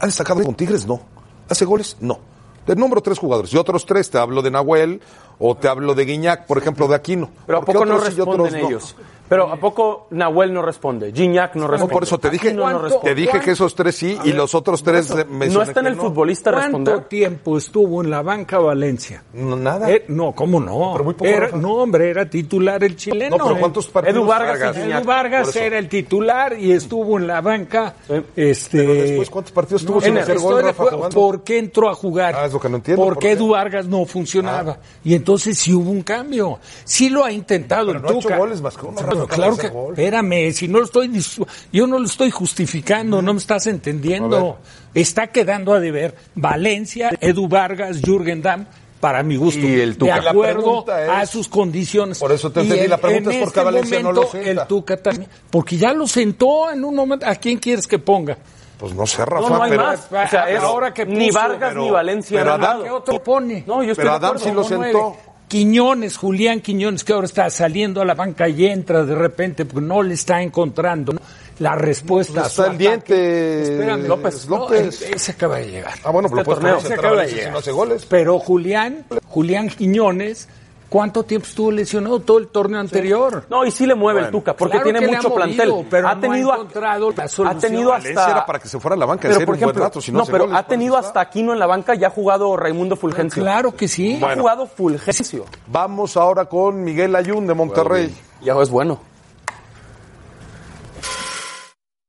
B: ha destacado con Tigres, no. ¿Hace goles? No. Te nombro tres jugadores y otros tres, te hablo de Nahuel o te hablo de Guiñac, por ejemplo, de Aquino.
F: Pero ¿a
B: Porque
F: poco no
B: otros sí y otros
F: responden
B: no.
F: ellos? Pero ¿a poco Nahuel no responde? Gignac no
B: No,
F: responde.
B: por eso te dije,
F: Aquino no
B: te
F: responde.
B: dije que esos tres sí y los otros tres eh, mencioné
F: No está en
B: que
F: el futbolista
E: ¿Cuánto
F: responder.
E: tiempo estuvo en la banca Valencia?
B: No, nada.
E: Eh, no, ¿cómo no?
B: Pero muy poco,
E: Era-
B: Rafa.
E: no, hombre, era titular el chileno.
B: No, pero ¿cuántos partidos?
F: Edu Vargas y
E: Edu
F: Gignac,
E: Vargas
B: por eso.
E: era el titular y estuvo en la banca.
F: Eh,
E: Este,
B: pero después, ¿cuántos partidos tuvo sin
E: en-
B: hacer gol,
E: estoy de
B: Rafa,
E: acuerdo.
B: jugando?
E: ¿Por qué entró a jugar?
B: Ah, es lo que no entiendo,
E: Porque
B: ¿por qué? Ah.
E: Edu Vargas no funcionaba. Y entonces sí hubo un cambio. Sí lo ha intentado
B: Pero
E: el
B: no ha hecho
E: Tuca.
B: goles más que uno, Rafa,
E: Pero
B: acaba
E: claro
B: de
E: que.
B: hacer gol.
E: Espérame, si no lo estoy. dis- Yo no lo estoy justificando, no me estás entendiendo. Está quedando a deber Valencia, Edu Vargas, Jürgen Damm. Para mi gusto,
D: Y el Tuca.
E: de
B: La
E: acuerdo
B: pregunta es-
E: a sus condiciones.
B: Por eso te
E: Y
B: entendí,
E: en-
B: la pregunta
E: en este
B: es por qué a Valencia no
E: momento,
B: lo sienta.
E: el Tuca también, porque ya lo sentó en un momento. ¿A quién quieres que ponga?
B: Pues no sé, Rafa,
F: No, no hay
B: pero,
F: más. O sea, es
E: Ahora que
F: ni
E: puso,
F: Vargas
B: pero-
F: ni Valencia.
B: pero
F: han
B: Adam-
F: dado.
E: ¿Qué otro pone?
F: No, yo estoy
B: pero
F: de
B: Adam
F: acuerdo.
B: sí lo
E: No
B: sentó.
E: mueve. Quiñones, Julián Quiñones, que ahora está saliendo a la banca y entra de repente porque no le está encontrando ¿no? la respuesta. a su
B: Está el
E: ataque.
B: diente.
E: Espérame,
B: López.
E: no,
B: López.
E: e- ese acaba de llegar.
B: Ah, bueno, pero
F: Este
B: lo puedes
F: torneo.
B: poner
E: Ese
B: central
E: acaba de
B: a veces si
E: llegar.
B: no hace goles.
E: Pero Julián, Julián Quiñones, ¿cuánto tiempo estuvo lesionado todo el torneo anterior?
F: No, y sí le mueve el Tuca, porque
E: Claro
F: tiene
E: que le
F: mucho
E: ha movido,
F: plantel.
E: pero
F: ha
E: no ha
F: tenido, a-
E: encontrado la
F: ha
E: solución.
F: tenido hasta...
B: Valencia era para que se fuera a la banca,
F: pero,
B: en serio,
F: por
B: un buen
F: ejemplo,
B: rato, si no hace
F: pero
B: goles,
F: ha
B: ¿para qué
F: tenido
B: está?
F: hasta Aquino en la banca y ha jugado Raimundo Fulgencio.
E: Claro que sí.
F: Ha jugado Fulgencio.
B: Vamos ahora con Miguel Ayun de Monterrey.
F: Ya es bueno.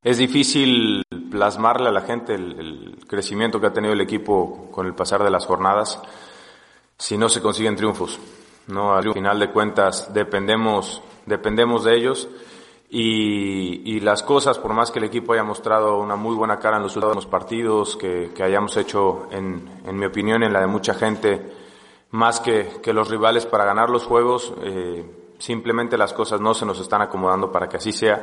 K: Es difícil plasmarle a la gente el, el crecimiento que ha tenido el equipo con el pasar de las jornadas si no se consiguen triunfos. ¿no? Al final de cuentas dependemos, dependemos de ellos y, y las cosas, por más que el equipo haya mostrado una muy buena cara en los últimos partidos, que, que hayamos hecho, en, en mi opinión, en la de mucha gente, más que, que los rivales para ganar los juegos, eh, simplemente las cosas no se nos están acomodando para que así sea.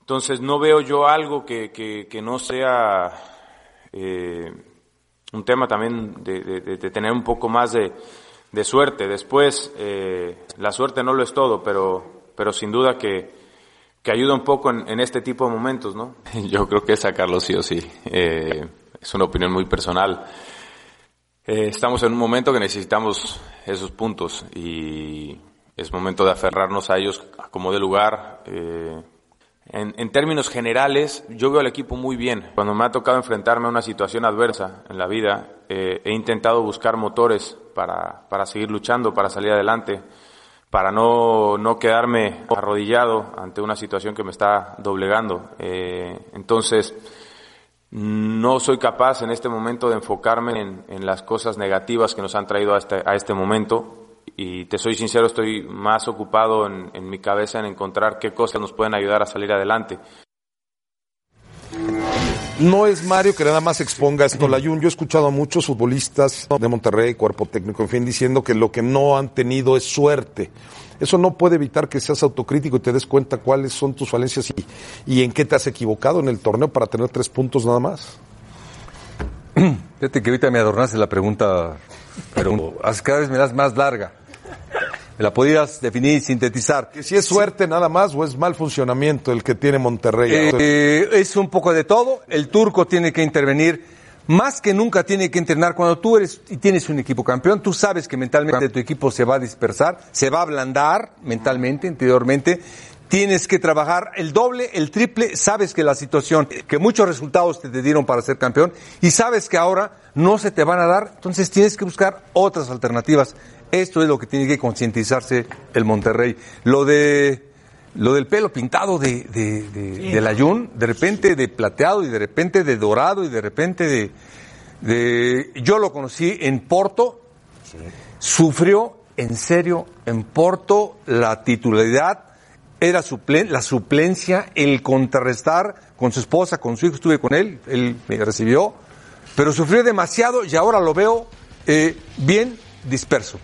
K: Entonces no veo yo algo que, que, que no sea eh, un tema también de, de- de- de tener un poco más de, de suerte. Después, eh, la suerte no lo es todo, pero, pero sin duda que, que ayuda un poco en, en este tipo de momentos, ¿no? (laughs) Yo creo que sacarlo sí o sí. Eh, es una opinión muy personal. Eh, estamos en un momento que necesitamos esos puntos y es momento de aferrarnos a ellos a como de lugar. eh. en, en términos generales, yo veo al equipo muy bien. Cuando me ha tocado enfrentarme a una situación adversa en la vida, eh, he intentado buscar motores para, para seguir luchando, para salir adelante, para no, no quedarme arrodillado ante una situación que me está doblegando. Eh, entonces, no soy capaz en este momento de enfocarme en, en las cosas negativas que nos han traído a este, a este momento. Y te soy sincero, estoy más ocupado en, en mi cabeza en encontrar qué cosas nos pueden ayudar a salir adelante.
B: No es Mario que nada más exponga esto la Jun. Yo he escuchado a muchos futbolistas de Monterrey, cuerpo técnico, en fin, diciendo que lo que no han tenido es suerte. Eso no puede evitar que seas autocrítico y te des cuenta cuáles son tus falencias y, y en qué te has equivocado en el torneo para tener tres puntos nada más.
D: Fíjate que ahorita me adornaste la pregunta, pero as- cada vez me das más larga. Me la podías definir y sintetizar.
B: Que si es suerte nada más o es mal funcionamiento el que tiene Monterrey.
D: Eh, es un poco de todo. El turco tiene que intervenir. Más que nunca tiene que entrenar. Cuando tú eres y tienes un equipo campeón, tú sabes que mentalmente tu equipo se va a dispersar, se va a ablandar mentalmente, interiormente. Tienes que trabajar el doble, el triple. Sabes que la situación, que muchos resultados te, te dieron para ser campeón y sabes que ahora no se te van a dar. Entonces tienes que buscar otras alternativas. Esto es lo que tiene que concientizarse el Monterrey. Lo de lo del pelo pintado de, de, de, del ayun, de repente de plateado y de repente de dorado y de repente de... de- yo lo conocí en Porto, sufrió en serio en Porto la titularidad, era suplen- la suplencia, el contrarrestar con su esposa, con su hijo, estuve con él, él me recibió, pero sufrió demasiado y ahora lo veo eh, bien disperso.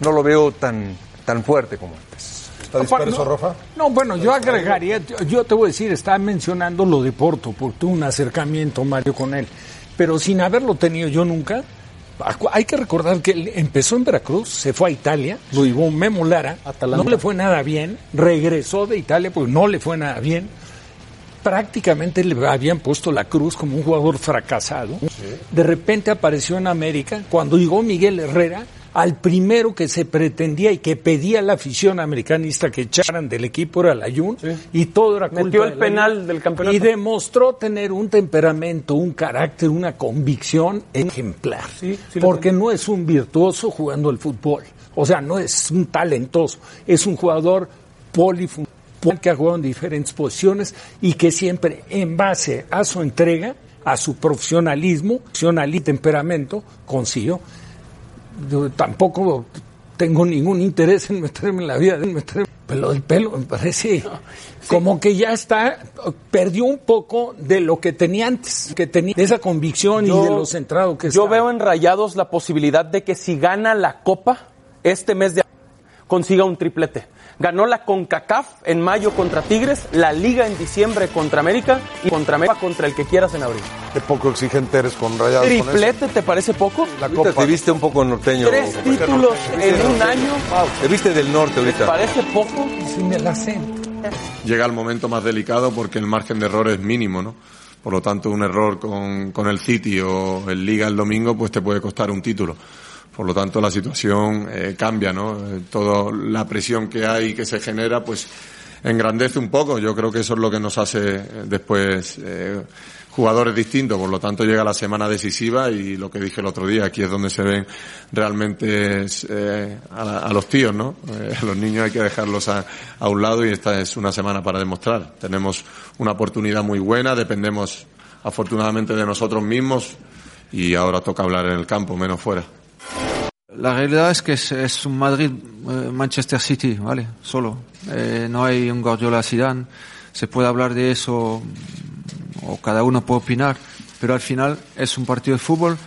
D: No lo veo tan, tan fuerte como antes.
B: ¿Está disperso, Rafa?
E: No, bueno, yo agregaría, yo- yo te voy a decir, estaba mencionando lo de Porto, porque tuve un acercamiento, Mario, con él. Pero sin haberlo tenido yo nunca, acu- hay que recordar que él empezó en Veracruz, se fue a Italia, lo llevó Memo Lara, no le fue nada bien, regresó de Italia porque no le fue nada bien. Prácticamente le habían puesto la cruz como un jugador fracasado. De repente apareció en América, cuando llegó Miguel Herrera, al primero que se pretendía y que pedía la afición americanista que echaran del equipo era la Jun, y todo era culpa
C: Metió el
E: del
C: penal del campeonato.
E: Y demostró tener un temperamento, un carácter, una convicción ejemplar. porque no es un virtuoso jugando al fútbol. O sea, no es un talentoso, es un jugador polifuncional que ha jugado en diferentes posiciones y que siempre en base a su entrega, a su profesionalismo, profesional y temperamento, consiguió. Yo tampoco tengo ningún interés en meterme en la vida, de él, meterme pero el pelo, me parece como que ya está, perdió un poco de lo que tenía antes, que tenía de esa convicción y de lo centrado que
F: Yo
E: estaba.
F: veo en Rayados la posibilidad de que si gana la Copa este mes de abril, consiga un triplete. Ganó la CONCACAF en mayo contra Tigres, la Liga en diciembre contra América y contra América contra el que quieras en abril.
B: Qué poco exigente eres con rayados. con eso.
F: ¿Triplete te parece poco?
B: La
D: Ahorita te viste un poco norteño.
F: Tres
D: Roberto.
F: títulos
D: Te viste
F: en un
D: norteño.
F: año,
D: Te viste del norte ahorita.
F: ¿parece poco?
E: Sin el acento.
L: llega el momento más delicado porque el margen de error es mínimo, ¿no? Por lo tanto, un error con, con el City o el Liga el domingo, pues te puede costar un título. Por lo tanto, la situación eh, cambia, ¿no? Eh, toda la presión que hay y que se genera, pues engrandece un poco. Yo creo que eso es lo que nos hace eh, después eh, jugadores distintos. Por lo tanto, llega la semana decisiva y lo que dije el otro día, aquí es donde se ven realmente es, eh, a, a los tíos, ¿no? Eh, a los niños hay que dejarlos a, a un lado y esta es una semana para demostrar. Tenemos una oportunidad muy buena, dependemos afortunadamente de nosotros mismos y ahora toca hablar en el campo, menos fuera.
M: La realidad es que es, es un Madrid-Manchester City, ¿vale? Solo. Eh, no hay un Guardiola Zidane. Se puede hablar de eso mm, o cada uno puede opinar, pero al final es un partido de fútbol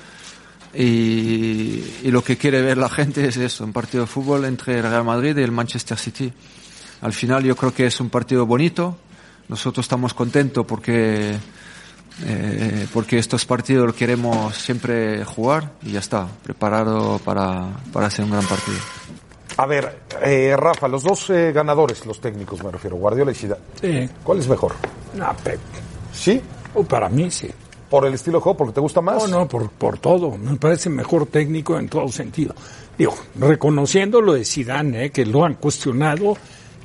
M: y, y lo que quiere ver la gente es eso, un partido de fútbol entre el Real Madrid y el Manchester City. Al final yo creo que es un partido bonito. Nosotros estamos contentos porque eh, porque estos partidos los queremos siempre jugar y ya está, preparado para, para hacer un gran partido.
B: A ver, eh, Rafa, los dos eh, ganadores, los técnicos me refiero, Guardiola y Zidane.
E: Sí.
B: ¿Cuál es mejor?
E: No, Pep. Oh,
B: ¿Sí?
E: para mí sí.
B: ¿Por el estilo de juego? ¿Porque te gusta más?
E: No, no, por, por todo. Me parece mejor técnico en todo sentido. Digo, reconociendo lo de Zidane, eh, que lo han cuestionado,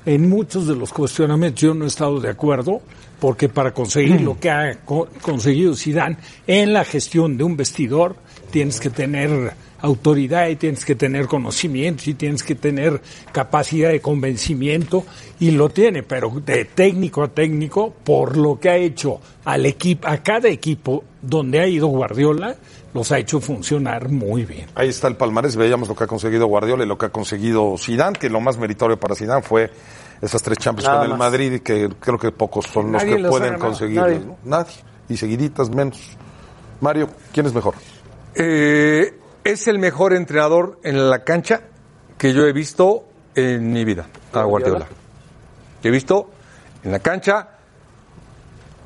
E: en muchos de los cuestionamientos yo no he estado de acuerdo, porque para conseguir lo que ha co- conseguido Zidane en la gestión de un vestidor, tienes que tener autoridad y tienes que tener conocimiento y tienes que tener capacidad de convencimiento y lo tiene, pero de técnico a técnico, por lo que ha hecho al equipo, a cada equipo donde ha ido Guardiola, los ha hecho funcionar muy bien.
B: Ahí está el palmarés, veíamos lo que ha conseguido Guardiola y lo que ha conseguido Zidane, que lo más meritorio para Zidane fue esas tres Champions
A: Nada
B: con el
A: más.
B: Madrid, que creo que pocos son los
A: Nadie
B: que
A: los ha
B: pueden
A: ganado,
B: conseguir.
A: nadie.
B: ¿no? Nadie. Y seguiditas menos. Mario, ¿quién es mejor?
D: Eh, es el mejor entrenador en la cancha que yo he visto en mi vida,
B: Ah,
D: a Guardiola. Que he visto en la cancha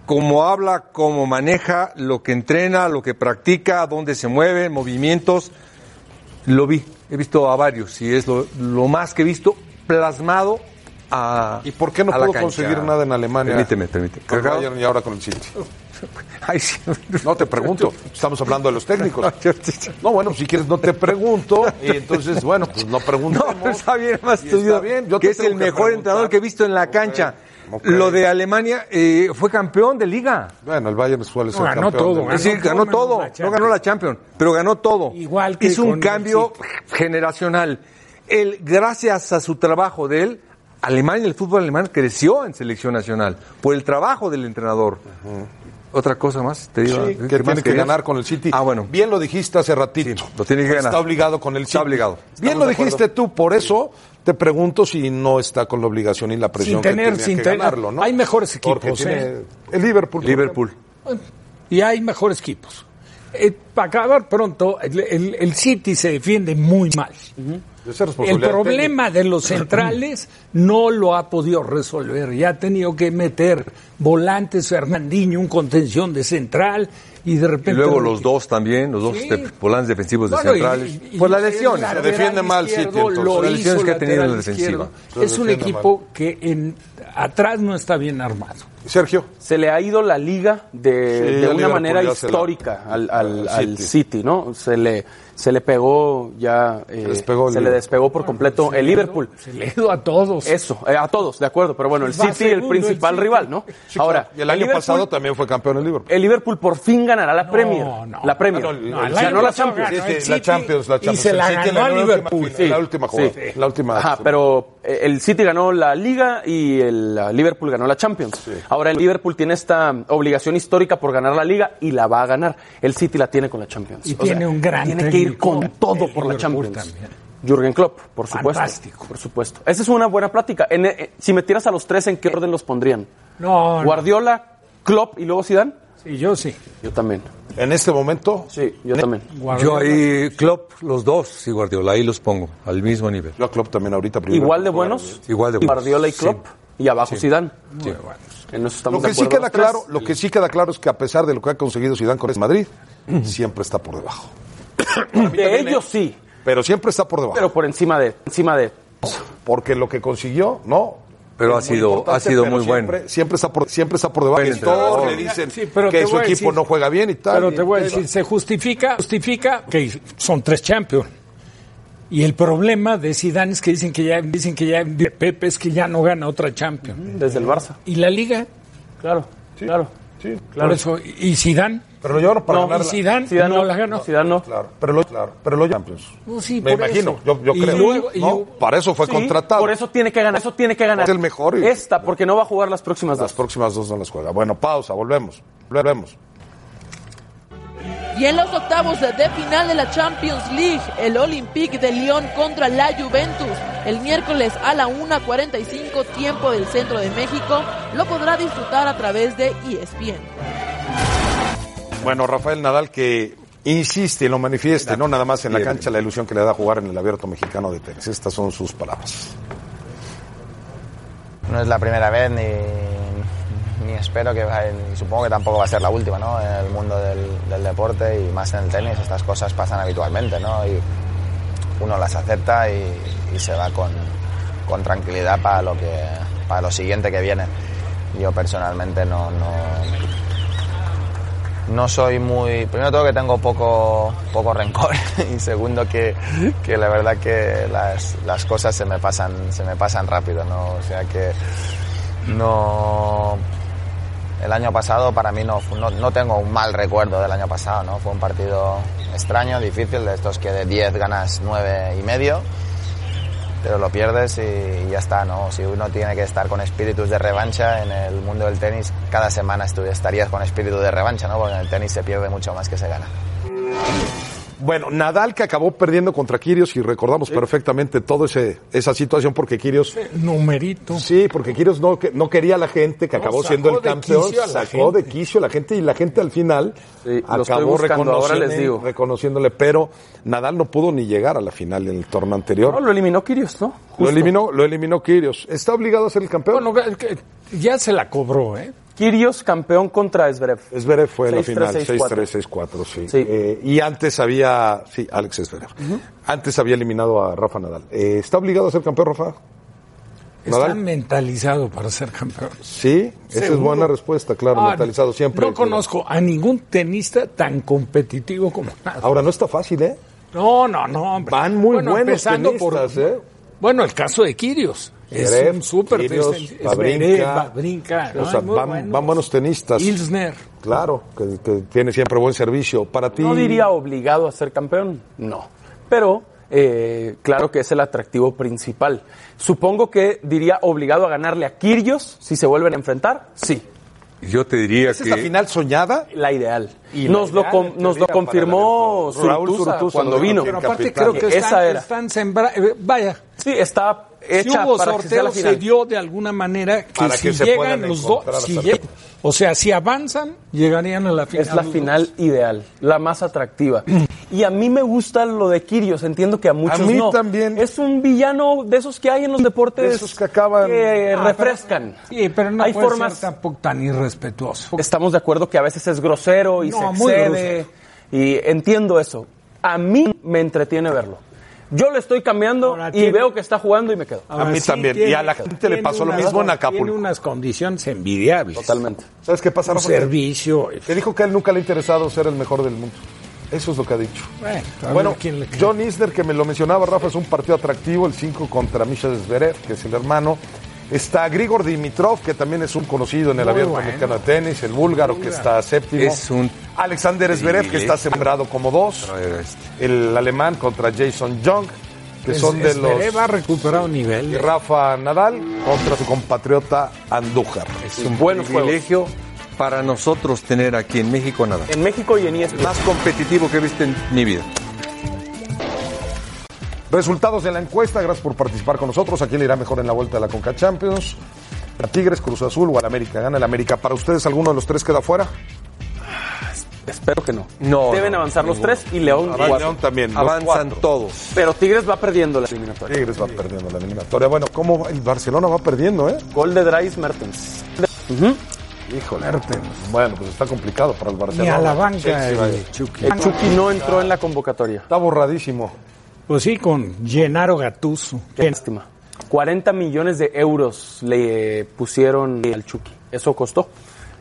D: cómo habla, cómo maneja, lo que entrena, lo que practica, dónde se mueve, movimientos. Lo vi, he visto a varios y es lo, lo más que he visto plasmado a
B: ¿Y por qué no
D: a la
B: pudo
D: cancha.
B: conseguir nada en Alemania?
D: Permíteme, permíteme.
B: Con Bayern y ahora con el City.
D: (laughs)
B: No te pregunto, estamos hablando de los técnicos. (laughs) No, bueno, si quieres no te pregunto y entonces, bueno, pues no preguntemos.
D: No, está bien, más
B: Y
D: te
B: está
D: digo
B: bien, yo
D: que
B: te
D: es
B: tengo
D: el
B: que
D: mejor entrenador que he visto en la cancha.
B: ok.
D: Lo de Alemania eh, fue campeón de liga.
B: Bueno, el Bayern suele ser campeón del mundo.
D: Es decir, ganó todo. No ganó la Champions, pero ganó todo.
E: Igual que
D: Hizo un
E: con
D: cambio generacional. Él, gracias a su trabajo de él, Alemania, el fútbol alemán creció en selección nacional por el trabajo del entrenador. Otra cosa más, te digo.
B: Sí,
D: ¿qué
B: que
D: más
B: tiene que
D: querías?
B: ganar con el City.
D: Ah, bueno.
B: Bien lo dijiste hace ratito.
D: lo tiene que ganar.
B: Está obligado con el City.
D: Está obligado.
B: Bien
D: Estamos
B: lo
D: de acuerdo.
B: dijiste tú, por eso te pregunto si no está con la obligación y la
E: Sin
B: presión
E: tener,
B: que tenía
E: sin
B: que
E: tener.
B: ganarlo, ¿no?
E: Hay mejores
B: Porque
E: equipos,
B: tiene
E: ¿eh?
B: el pues, Liverpool. por
D: Liverpool.
E: Y hay mejores equipos. eh, para acabar pronto, el, el- el City se defiende muy mal. El
B: responsabilidad
E: problema de
D: (clears throat)
E: los centrales no lo ha podido resolver. Ya ha tenido que meter volantes, Fernandinho, un contención de central y de
D: Y
E: repente...
D: luego los dos también, los dos de- volantes defensivos
E: Bueno,
D: de
E: y-
D: centrales.
E: y- y
D: pues las
E: el
D: lesiones.
E: lateral izquierdo lo
D: Las lesiones
E: hizo
D: que ha tenido en la
E: lateral
D: defensiva.
E: izquierdo. Es un equipo que en, atrás no está bien armado.
B: Sergio.
F: Se le ha ido la liga de,
E: Sí,
F: de
E: la liga
F: una
E: de
F: manera
E: Pulgar se la-
F: histórica al, al-
E: al
F: al
E: City.
F: City. ¿no? Se le, se le pegó ya, eh, se,
E: despegó el
F: le
E: Liverpool.
F: despegó por completo el Liverpool. Se
E: le dio a todos.
F: Eso, eh, a todos, de acuerdo, pero bueno, el
B: Va
F: City el
B: segundo el
F: principal
B: City.
F: rival, ¿no? Ahora,
B: Y el año
F: Liverpool-
B: pasado también fue campeón el Liverpool.
F: El Liverpool por fin ganará la Premier. La Premier.
B: Ah, no, el-
F: ganó
B: el-
F: la Champions.
B: Sí, sí, la Champions, la Champions. El City en última final,
F: Sí.
B: La última jugada.
F: Sí.
B: La última.
F: Ajá, pero eh, el City ganó la Liga y el ah, Liverpool ganó la Champions. Ahora el Liverpool tiene esta mm, obligación histórica por ganar la Liga y la va a ganar. El City la tiene con la Champions.
E: Y
F: O
E: tiene
F: sea,
E: un gran
F: Tiene que ir
E: técnico,
F: con todo por la Champions. Jürgen Klopp, por supuesto.
E: Fantástico.
F: Por supuesto. Esa es una buena plática. En, eh, si metieras a los tres, ¿en qué orden los pondrían?
E: Eh, No, no.
F: Guardiola, Klopp y luego Zidane.
E: Sí, yo sí.
F: Yo también.
B: ¿En este momento?
F: Sí, yo también.
D: Yo ahí, Klopp, los dos y Guardiola, ahí los pongo, al mismo nivel.
B: Yo Klopp también ahorita
F: Igual de buenos.
D: Igual de buenos.
F: Guardiola y Klopp. Y abajo Zidane. En eso estamos
B: Lo que
F: de
B: sí
F: acuerdo
B: queda
F: los tres.
B: claro, lo que sí queda claro es que a pesar de lo que ha conseguido Zidane con el Madrid, siempre está por debajo.
F: De ellos sí.
B: ¿eh? Pero siempre está por debajo.
F: Pero por encima de, encima de.
B: Porque lo que consiguió, no.
D: Pero
B: es
D: ha
B: muy
D: sido- ha
B: importante,
D: sido
B: pero
D: muy
B: siempre-
D: bueno.
B: Siempre está por, siempre está por debajo.
D: Buen
B: Y todos
D: entrenador.
B: le dicen
E: Sí, pero te
B: que su
E: voy a
B: equipo
E: decir-
B: no juega bien y tal.
E: Pero te voy a
B: Y-
E: decir, se justifica, justifica que son tres champions. Y el problema de Zidane es que dicen que ya, dicen que ya de Pepe es que ya no gana otra champions.
F: Desde el Barça.
E: Y la Liga.
F: Claro, claro.
E: Por eso, y Zidane.
B: Pero lo llevaron para
E: No,
B: ganar
E: y Zidane, Zidane no la ganó.
F: Zidane no.
B: Claro, pero lo, claro, pero lo Champions.
E: No, sí,
B: Me
E: por
B: imagino,
E: eso.
B: yo, yo
E: Y
B: creo.
E: luego- y
B: ¿no?
E: luego-
B: Para eso fue
F: Sí,
B: contratado.
F: Por eso tiene que ganar. Eso tiene que ganar. Eh,
B: Es el mejor.
F: Esta, porque no va a jugar las próximas
B: Las próximas dos no las juega. Bueno, pausa, volvemos. Volvemos.
N: Y en los octavos de final de la Champions League, el Olympique de Lyon contra la Juventus, el miércoles a la 1.45 tiempo del centro de México, lo podrá disfrutar a través de E ESPN.
B: Bueno, Rafael Nadal que insiste y lo manifieste, no nada más en la cancha, la ilusión que le da jugar en el abierto mexicano de tenis. Estas son sus palabras.
O: No es la primera vez ni, ni espero que va- y supongo que tampoco va a ser la última, ¿no? En el mundo del, del deporte y más en el tenis estas cosas pasan habitualmente, ¿no? Y uno las acepta y, y se va con, con tranquilidad para lo que para lo siguiente que viene. Yo personalmente no, no no soy muy primero todo que tengo poco poco rencor (laughs) y segundo que, que la verdad que las, las cosas se me pasan se me pasan rápido no o sea que no el año pasado para mí no, fu- no, no tengo un mal recuerdo del año pasado, ¿no? Fue un partido extraño, difícil, de estos que de 10 ganas 9 y medio, pero lo pierdes y, y ya está, ¿no? Si uno tiene que estar con espíritus de revancha en el mundo del tenis, cada semana estu- estarías con espíritu de revancha, ¿no? Porque en el tenis se pierde mucho más que se gana.
B: Bueno, Nadal que acabó perdiendo contra Kirios y recordamos perfectamente toda esa situación porque Kirios...
E: Numerito.
B: Sí, porque Kirios no, que- no quería a la gente, que
E: No,
B: acabó
E: sacó
B: siendo el
E: de
B: campeón,
E: quicio a la
B: sacó
E: gente.
B: de quicio a la gente y la gente al final
F: lo estoy
B: acabó
F: buscando, ahora
B: reconociéndole,
F: les digo.
B: reconociéndole, pero Nadal no pudo ni llegar a la final en el torneo anterior.
F: No, lo eliminó Kirios, ¿no?
B: Lo eliminó, lo eliminó Kirios. Está obligado a ser el campeón.
E: ya se la cobró, ¿eh?
F: Kirios campeón contra Zverev.
B: Zverev fue la final,
F: 6-3,
B: 6-3, 6-4, sí. Eh, y antes había, sí, Alex Zverev. Antes había eliminado a Rafa Nadal. Eh, ¿Está obligado a ser campeón, Rafa?
E: Está
B: ¿Nadal?
E: mentalizado para ser campeón.
B: Sí, esa es
E: Seguro.
B: buena respuesta, claro,
E: Ah,
B: mentalizado siempre.
E: No conozco a ningún tenista tan competitivo como Nadal.
B: Ahora no está fácil, ¿eh?
E: No, no, no. hombre.
B: Van muy
E: Bueno,
B: buenos
E: empezando
B: tenistas,
E: por-
B: ¿eh?
E: Bueno, el caso de Kirios. Es
B: Zverev,
E: un súper
B: Kyrgios,
E: tenista.
B: Wawrinka.
E: Zverev, Wawrinka, ¿no?
B: O sea,
E: Muy
B: van,
E: bueno.
B: van buenos tenistas.
E: Ilsner.
B: Claro, que, que tiene siempre buen servicio. Para ti...
F: No diría obligado a ser campeón, no. Pero eh, claro que es el atractivo principal. Supongo que diría obligado a ganarle a Kirios si se vuelven a enfrentar, sí.
D: Yo te diría
B: ¿Esa
D: que.
B: es la final soñada?
F: La ideal.
B: Y
F: Nos
B: la
F: lo,
B: ideal,
F: com-
B: en
F: nos
B: teoría,
F: lo confirmó
B: para la- Raúl
F: Surtusa
B: Surtusa,
F: cuando
B: lo
F: vino.
B: dijo
E: Pero aparte creo que están,
F: esa era.
E: están sembra- eh, Vaya.
F: Sí, está
E: si
F: hecha
E: hubo
F: para que sea
E: sorteo,
F: la
E: se
F: final.
E: dio de alguna manera que
F: Para
E: si
F: que se
E: llegan
F: puedan
E: los dos,
F: encontrar
E: si
F: hasta-
E: lleg- o sea, si avanzan, llegarían a la final.
F: Es la
E: los
F: final ideal, la más
E: (clears throat)
F: atractiva. Y a mí me gusta lo de Kirios, entiendo que a muchos
B: mí
F: no.
B: también.
F: Es un villano de esos que hay en los deportes.
B: De esos que acaban-
F: que
E: Ah,
F: refrescan.
E: dos. Sí, pero no
F: hay
E: puede
F: formas.
E: ser tampoco tan irrespetuoso.
F: Estamos de acuerdo que a veces es grosero y
E: No,
F: se
E: muy
F: excede. Y entiendo eso. A mí me entretiene verlo. Yo le estoy cambiando y veo que está jugando y me quedo.
E: Ahora, sí tiene- tiene unas- Tiene unas condiciones envidiables.
F: Totalmente.
B: ¿Sabes qué pasa?
E: Un
B: Rafa?
E: servicio.
B: Te dijo que a él nunca le ha interesado ser el mejor del mundo. Eso es lo que ha dicho.
E: Bueno, a
B: Bueno,
E: ver quién le cree.
B: John Isner, que me lo mencionaba Rafa, es un partido atractivo, el 5 contra Michel Zverev, que es el hermano. Está Grigor Dimitrov, que también es un conocido en el
D: Muy
B: abierto
D: bueno.
B: mexicano de tenis, el búlgaro, que está séptimo.
D: Es un
B: Alexander Zverev, que está sembrado como dos.
D: este.
B: El alemán contra Jason Young, que
E: Es-
B: son de los...
E: Zverev ha recuperado nivel.
B: Y Rafa Nadal contra su compatriota Andújar.
D: Es un buen privilegio para nosotros tener aquí en México nada.
F: En México y en E ESPN.
D: Más competitivo que he visto en mi vida.
B: Resultados de la encuesta, gracias por participar con nosotros. ¿A quién le irá mejor en la vuelta de la Conca Champions? ¿A Tigres, Cruz Azul o al América? ¿Gana el América? ¿Para ustedes alguno de los tres queda fuera?
F: Ah, Espero que no.
B: No,
F: Deben
B: no,
F: avanzar
B: ninguno.
F: los tres y León
B: Avanza
F: cuatro.
B: León también, los Avanzan cuatro. todos.
F: Pero Tigres va perdiendo la eliminatoria.
B: Tigres va perdiendo la eliminatoria. Bueno, ¿cómo el Barcelona va perdiendo, eh?
F: Gol de Dries Mertens.
B: Híjole. Bueno, pues está complicado para el Barcelona.
E: Ni a la banca
B: Chelsea,
E: el
B: vaya.
E: Chucky.
F: El Chucky no entró en la convocatoria.
B: Está borradísimo.
E: Pues sí, con Gennaro Gattuso.
F: Qué lástima. 40 millones de euros le pusieron al Chucky. Eso costó.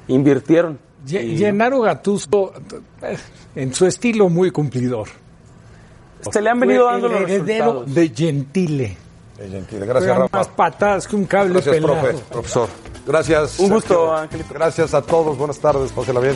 F: Invirtieron.
E: Ye- Gennaro Gattuso, eh, en su estilo muy cumplidor.
F: Se Este, le han venido
E: Fue
F: dando
E: el
F: los
E: heredero
F: resultados.
E: de Gentile.
B: Eh, Gentile, gracias,
E: Juega
B: Rafa.
E: más patadas que un cable
B: Gracias,
E: pelado.
B: profe, profesor. Gracias.
E: Un gusto,
B: Sergio. Gracias a todos. Buenas tardes. Pásela bien.